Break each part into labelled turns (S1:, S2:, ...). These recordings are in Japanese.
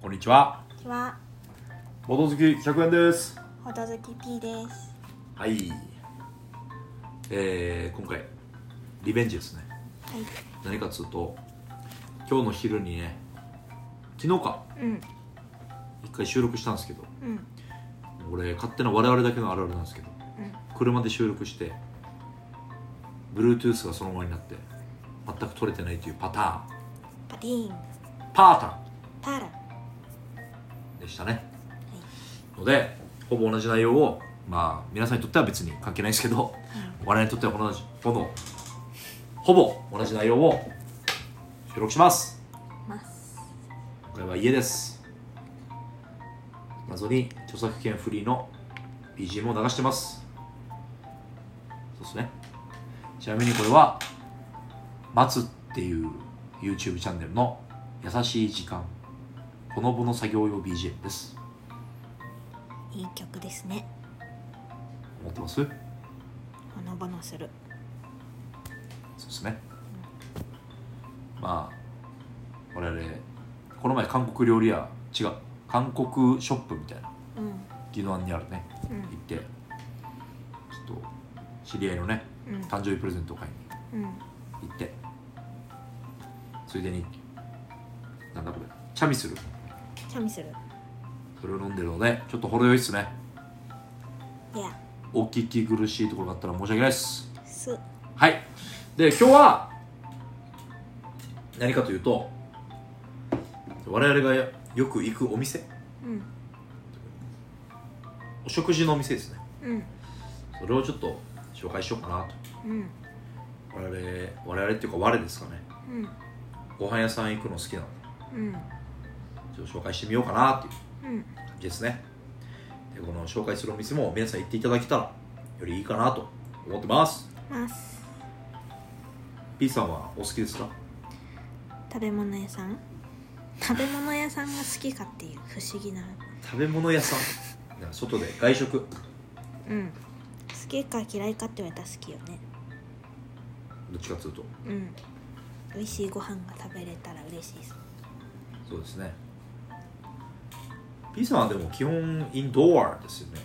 S1: こんにちは。
S2: こんにちは、
S3: ボト好き100円です
S2: ほどずき P です。
S1: はい。えー、今回、リベンジですね。
S2: は
S1: 何かっつうと、今日の昼にね、昨日か、
S2: い。うん、
S1: 一回収録したんですけど、
S2: うん、
S1: 俺、勝手な我々だけのあるあるなんですけど、
S2: うん。
S1: 車で収録して、Bluetooth がそのままになって、全く取れてないというパターン、
S2: パティーン、
S1: パータ
S2: パラ。
S1: ンでしたね。ので、ほぼ同じ内容を、まあ、皆さんにとっては別に関係ないですけど、我々にとっては同じほぼほぼ同じ内容を収録します
S2: ます。
S1: 今回は家です謎に著作権フリーの BGM を流してますそうですねちなみにこれは「松」っていう YouTube チャンネルの「優しい時間」ほのぼの作業用 BGM です
S2: いい曲ですね。
S1: 思ってますそう
S2: ほのぼのする。
S1: ですねまあ我々この前韓国料理屋違う韓国ショップみたいな
S2: うん、
S1: 宜野湾にあるね行ってちょっと知り合いのね
S2: うん、うん、
S1: 誕生日プレゼントを買い
S2: うん、
S1: に行ってついでになんだこれチャミする
S2: チャミする。
S1: それを飲んでるのでちょっとほろ酔いっすね
S2: いや、
S1: お聞き苦しいところがあったら申し訳ないです
S2: す。
S1: はいで今日は何かというと我々がよく行くお店
S2: うん、
S1: お食事のお店ですね
S2: うん、
S1: それをちょっと紹介しようかなと
S2: うん、
S1: 我々我々っていうか我ですかね
S2: うん、
S1: ご飯屋さん行くの好きなので
S2: うん、
S1: ちょっと紹介してみようかなっていう
S2: うん、
S1: 感じですねでこの紹介するお店も皆さん行っていただけたらよりいいかなと思ってます
S2: ます。
S1: P さんはお好きですか
S2: 食べ物屋さん。食べ物屋さんが好きかっていう不思議な。
S1: 食べ物屋さんなんか外で外食
S2: うん。好きか嫌いかって言われたら好きよね。
S1: どっちかというと
S2: うん。美味しいご飯が食べれたら嬉しいです。
S1: そうですね P さんはでも基本インドアですよね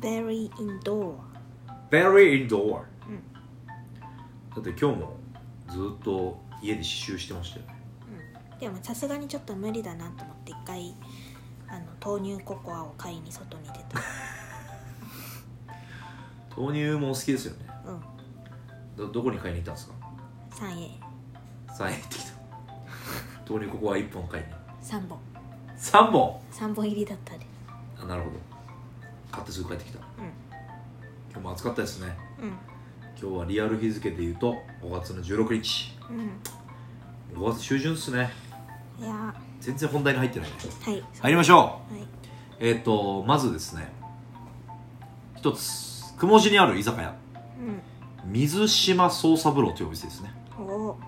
S2: very indoor。
S1: Very indoor
S2: うん。
S1: だって今日もずっと家で刺繍してましたよね
S2: でもさすがにちょっと無理だなと思って一回あの豆乳ココアを買いに外に出た
S1: 豆乳もお好きですよね
S2: うん
S1: どどこに買いに行ったんですか
S2: 3円
S1: 3円行ってき た豆乳ここは1本買いに
S2: 3本
S1: 3本
S2: 3本入りだったです
S1: あなるほど買ってすぐ帰ってきた
S2: う
S1: 今日も暑かったですね
S2: ん
S1: 今日はリアル日付で言うと5月の16日
S2: うんうん
S1: 5月中旬っすね
S2: いや
S1: 全然本題に入ってないね
S2: ーはい
S1: 入りましょ
S2: はいう
S1: えっ、ー、とまずですね一つ雲地にある居酒屋水島宗三郎というお店ですね
S2: うんおお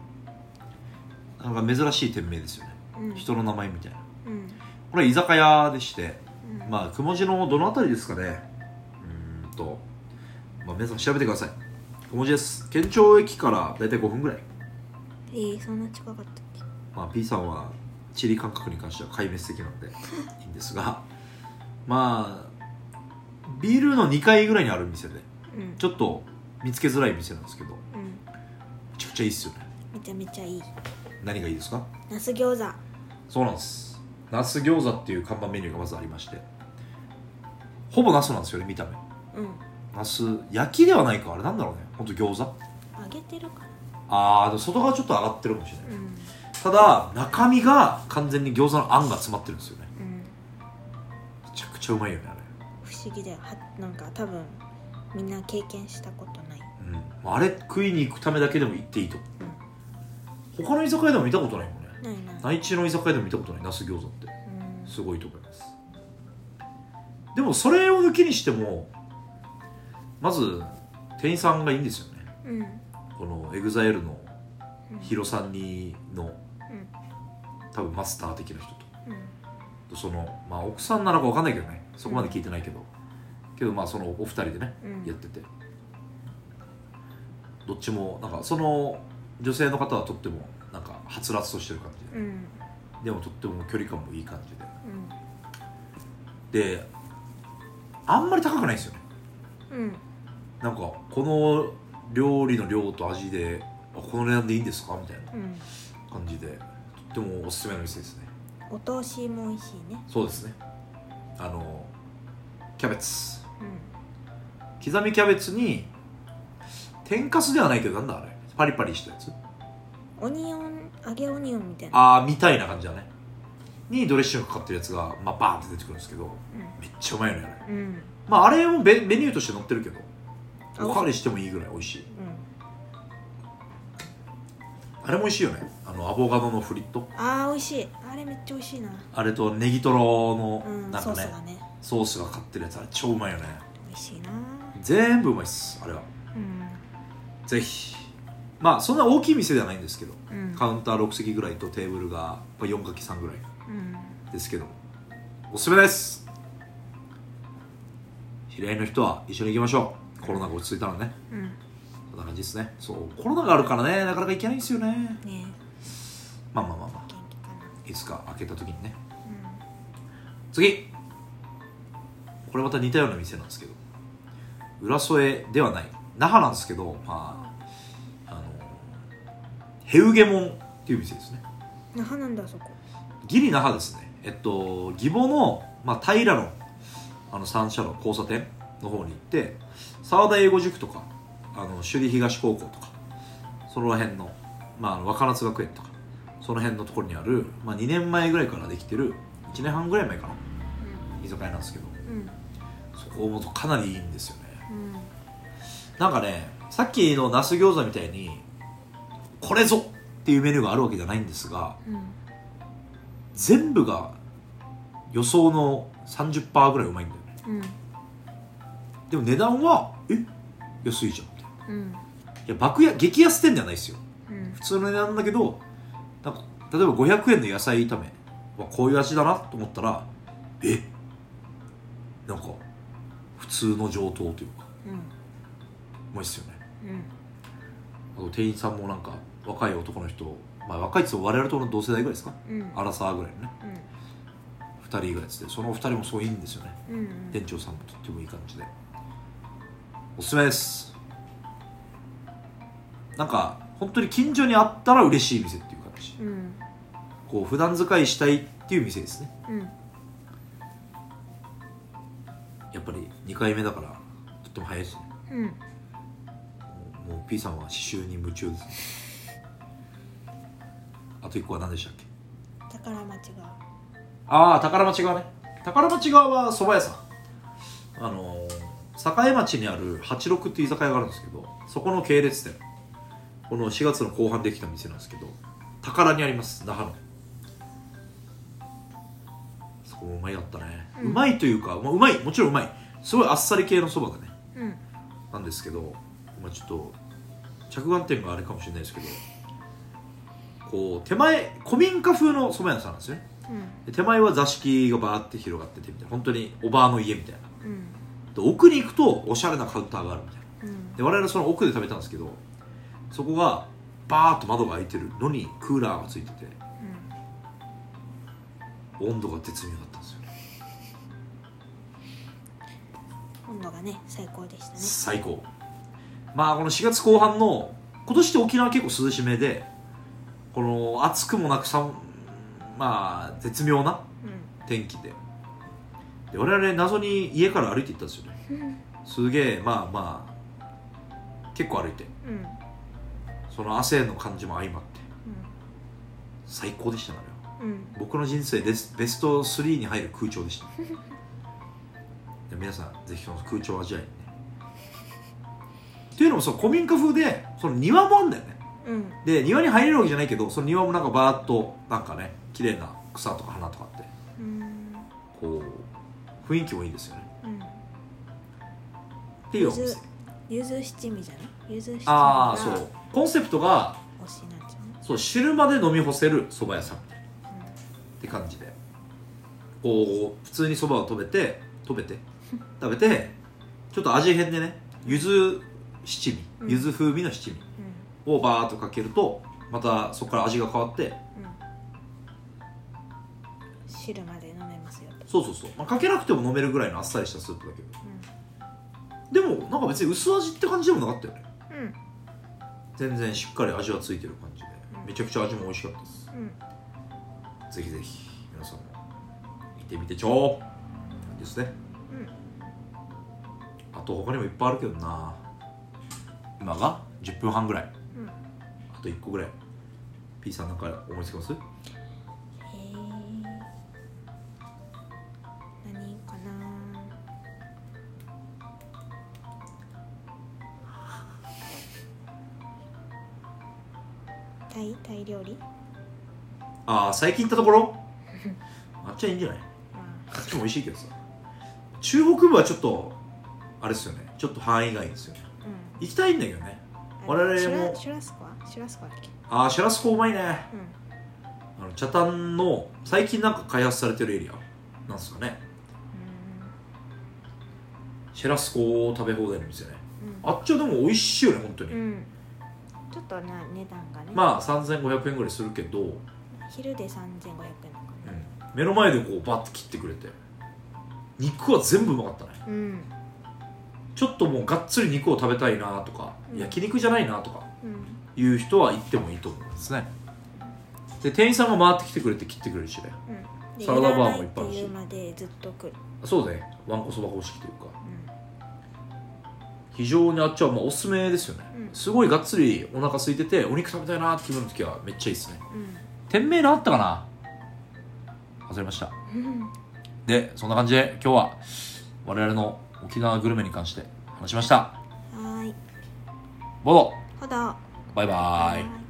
S1: なんか珍しい店名ですよね
S2: うん
S1: 人の名前みたいな
S2: うん
S1: これ居酒屋でして
S2: うん
S1: まあ、雲地のどのあたりですかねうーんと、まあ、皆さん調べてください雲地です県庁駅から大体5分ぐらい、
S2: えー、そんな近かったっけ
S1: まあ、P さんは地理感覚に関しては壊滅的なのでいいんですがまあビルの2階ぐらいにある店で
S2: うん
S1: ちょっと見つけづらい店なんですけどめ
S2: うん
S1: ちゃくちゃいいっすよね
S2: めちゃめちゃいい
S1: 何がいいですか
S2: ナス餃子
S1: そうなんですナス餃子っていう看板メニューがまずありましてほぼナスなんですよね見た目
S2: うん
S1: ナス焼きではないかあれなんだろうねほんと餃子
S2: 揚げてるかな
S1: あーでも外側ちょっと上がってるかもしれない、
S2: うん
S1: ただ中身が完全に餃子のあんが詰まってるんですよね
S2: うん
S1: めちゃくちゃうまいよねあれ
S2: 不思議だよはなんか多分みんな経験したことない
S1: うんあれ食いに行くためだけでも行っていいと思う他の居酒屋でも見たことないもんね
S2: ないない
S1: 内地の居酒屋でも見たことないナス餃子って
S2: うん
S1: すごいと思いますでもそれを抜きにしてもまず店員さんがいいんですよね
S2: うん
S1: この EXILE の
S2: うん
S1: ヒロさんにの
S2: うん
S1: 多分マスター的な人と
S2: うん
S1: そのまあ奥さんなのか分かんないけどねそこまで聞いてないけど、けどまあそのお二人でね、
S2: うん
S1: やっててどっちもなんかその女性の方はとってもなんかはつらつとしてる感じで、
S2: うん
S1: でもとっても距離感もいい感じ
S2: うん
S1: でであんまり高くないんですよね
S2: うん
S1: なんかこの料理の量と味であこの値段でいいんですかみたいな
S2: うん
S1: 感じでとってもおすすめの店ですね
S2: お通しも美味しいね
S1: そうですねあのキャベツ
S2: う
S1: 刻みキャベツに天かすではないけどなんだあれパリパリしたやつ
S2: んオニオン揚げオニオンみたいな
S1: ああみたいな感じだねにドレッシングかかってるやつが、まあ、バーンって出てくるんですけどめっちゃうまいのよね
S2: うんうん
S1: まああれもベメニューとして載ってるけど
S2: あ
S1: おかわりしてもいいぐらい美味しい
S2: うん
S1: あれも美味しいよねあのアボカドのフリット
S2: あー美味しいあれめっちゃ美味しいな
S1: あれとネギトロ
S2: う
S1: の
S2: ん
S1: なん
S2: ソ
S1: か
S2: ース
S1: ね、
S2: がね
S1: ソースがかかってるやつあれ超うまいよね
S2: 美味しいな
S1: 全部うまいっすあれは
S2: うん
S1: ぜひまあそんな大きい店ではないんですけど
S2: うん
S1: カウンター6席ぐらいとテーブルが4かけ3ぐらい
S2: うん
S1: ですけどおすすめです知り合いの人は一緒に行きましょうコロナが落ち着いたらね
S2: うん
S1: そんな感じですねそうコロナがあるからねなかなか行けないんですよね
S2: ね
S1: まあまあまあま
S2: 元気か
S1: あいつか開けた時にね
S2: な
S1: 次これまた似たような店なんですけど浦添ではない那覇なんですけどまああのヘウゲモンっていう店ですね
S2: うん那覇なんだそこ
S1: ギリ那覇ですねえっと義母の、まあ、平のあの三社の交差点の方に行って澤田英語塾とかあの首里東高校とかその辺の,、まあ、あの若夏学園とかその辺のところにある、まあ、2年前ぐらいからできてる1年半ぐらい前かな居酒屋なんですけど
S2: うん
S1: そこもかなりいいんですよね
S2: うん
S1: なんかねさっきのナス餃子みたいにこれぞっていうメニューがあるわけじゃないんですが
S2: うん
S1: 全部が予想の30%ぐらいうまいんだよね
S2: うん
S1: でも値段はえ安いじゃんみたいな
S2: うん
S1: いや爆安激安店ではないですよ
S2: うん
S1: 普通の値段だけどなんか例えば500円の野菜炒めはこういう味だなと思ったらえなんか普通の上等というか
S2: うん
S1: うまいっすよね
S2: うん
S1: あと店員さんもなんか若い男の人まあ若いっつっても我々と同世代ぐらいですか
S2: うん
S1: アラサーぐらいのね2人ぐらいっつってそのお二人もそういいんですよね
S2: うんうん
S1: 店長さんもとってもいい感じでおすすめですなんか本当に近所にあったら嬉しい店っていう感じ
S2: うん
S1: こう普段使いしたいっていう店ですね
S2: うん
S1: やっぱり2回目だからとっても早いですね
S2: うん
S1: もうもう P さんは刺繍に夢中ですねあと1個は何でしたっけ
S2: 宝町が
S1: ああ宝町側ね宝町側は蕎麦屋さんあのー、栄町にある八六っていう居酒屋があるんですけどそこの系列店この4月の後半できた店なんですけど宝にあります那覇のそこもうまいだったね、う
S2: うん
S1: まいというか、まあ、うまいもちろんうまいすごいあっさり系のそばだね
S2: うん
S1: なんですけど、まあ、ちょっと着眼点があれかもしれないですけどこう手前古民家風の蕎麦屋さんなんですよね
S2: う
S1: で
S2: ん
S1: 手前は座敷がバーって広がっててみたいな本当におばあの家みたいな
S2: うん
S1: で奥に行くとおしゃれなカウンターがあるみたいな
S2: うん
S1: で我々その奥で食べたんですけどそこがバーッと窓が開いてるのにクーラーがついてて温度が絶妙だったんですよね
S2: 温度がね最高でしたね
S1: 最高まあこの4月後半の今年って沖縄結構涼しめでこの暑くもなくさんまあ絶妙な天気でで我々謎に家から歩いて行ったんですよね
S2: うん
S1: すげえまあまあ結構歩いて
S2: うん
S1: その汗の感じも相まって最高でしたねあれは
S2: うん
S1: 僕の人生ですベスト3に入る空調でした で皆さんぜひその空調を味わいにねっていうのもその古民家風でその庭もあんだよね
S2: うん
S1: で庭に入れるわけじゃないけどその庭もなんかバーッとなんかね綺麗な草とか花とかあって
S2: うん
S1: こう雰囲気もいいですよね
S2: うん
S1: っていうお店
S2: ゆず七味じゃないゆず七味
S1: あ
S2: が
S1: あそうコンセプトが
S2: 推しなんじ
S1: そう汁まで飲み干せる蕎麦屋さん
S2: ゃない
S1: って感じでこう普通にそばを食べて食べて食べてちょっと味変でね柚子七味
S2: うん
S1: 柚子風味の七味
S2: うん
S1: をバーッとかけるとまたそこから味が変わって
S2: うん汁まで飲めますよと、
S1: そうそうそう、まあ、かけなくても飲めるぐらいのあっさりしたスープだけど
S2: う
S1: でもなんか別に薄味って感じでもなかったよね
S2: ん、うん
S1: 全然しっかり味はついてる感じでめちゃくちゃ味も美味しかったです
S2: うん
S1: ぜひぜひ皆さんも行ってみてちょうですね、あと他にもいっぱいあるけどな今が10分半ぐらい
S2: うん
S1: あと1個ぐらい P さんなんか思いつきます
S2: へえ何かな タイタイ料理
S1: ああ最近行ったとこ ろあっちはいいんじゃない
S2: あ
S1: あっちも美味しいけどさ中国部はちょっとあれですよねちょっと範囲外ですよね
S2: うん
S1: 行きたいんだけどね
S2: あ
S1: 我々も
S2: シュラシュラスコはシュラスコだっけ
S1: ああシャラスコうまいね
S2: うん
S1: あのチャタンの最近なんか開発されてるエリアなんですよねシェラスコを食べ放題の店ね
S2: うん
S1: あっちはでも美味しいよね本当に、
S2: うんうんちょっとな値段がね、
S1: まあ3500円ぐらいするけど、うん、
S2: 昼で3500円だから
S1: 目の前でこうバッと切ってくれて肉は全部うまかったね
S2: うん
S1: ちょっともうがっつり肉を食べたいなとか、
S2: うん
S1: 焼肉じゃないなとか
S2: うん
S1: いう人は行ってもいいと思うんですねで店員さんが回ってきてくれて切ってくれるしね
S2: うんで
S1: サラダバーもいっ
S2: い
S1: ぱいある
S2: らな
S1: し
S2: いっていうまでずっと来る
S1: そうだねわんこそば方式というか
S2: う
S1: 非常にあっちはまあおすすめですよね、
S2: うん
S1: すごいがっつりお腹空いててお肉食べたいなって気分の時はめっちゃいいですね
S2: ん
S1: 店名なんあったかな忘れました
S2: うん
S1: でそんな感じで今日は我々の沖縄グルメに関して話しました
S2: はーい。
S1: ボロ
S2: ほど。
S1: バイバーイ
S2: ーい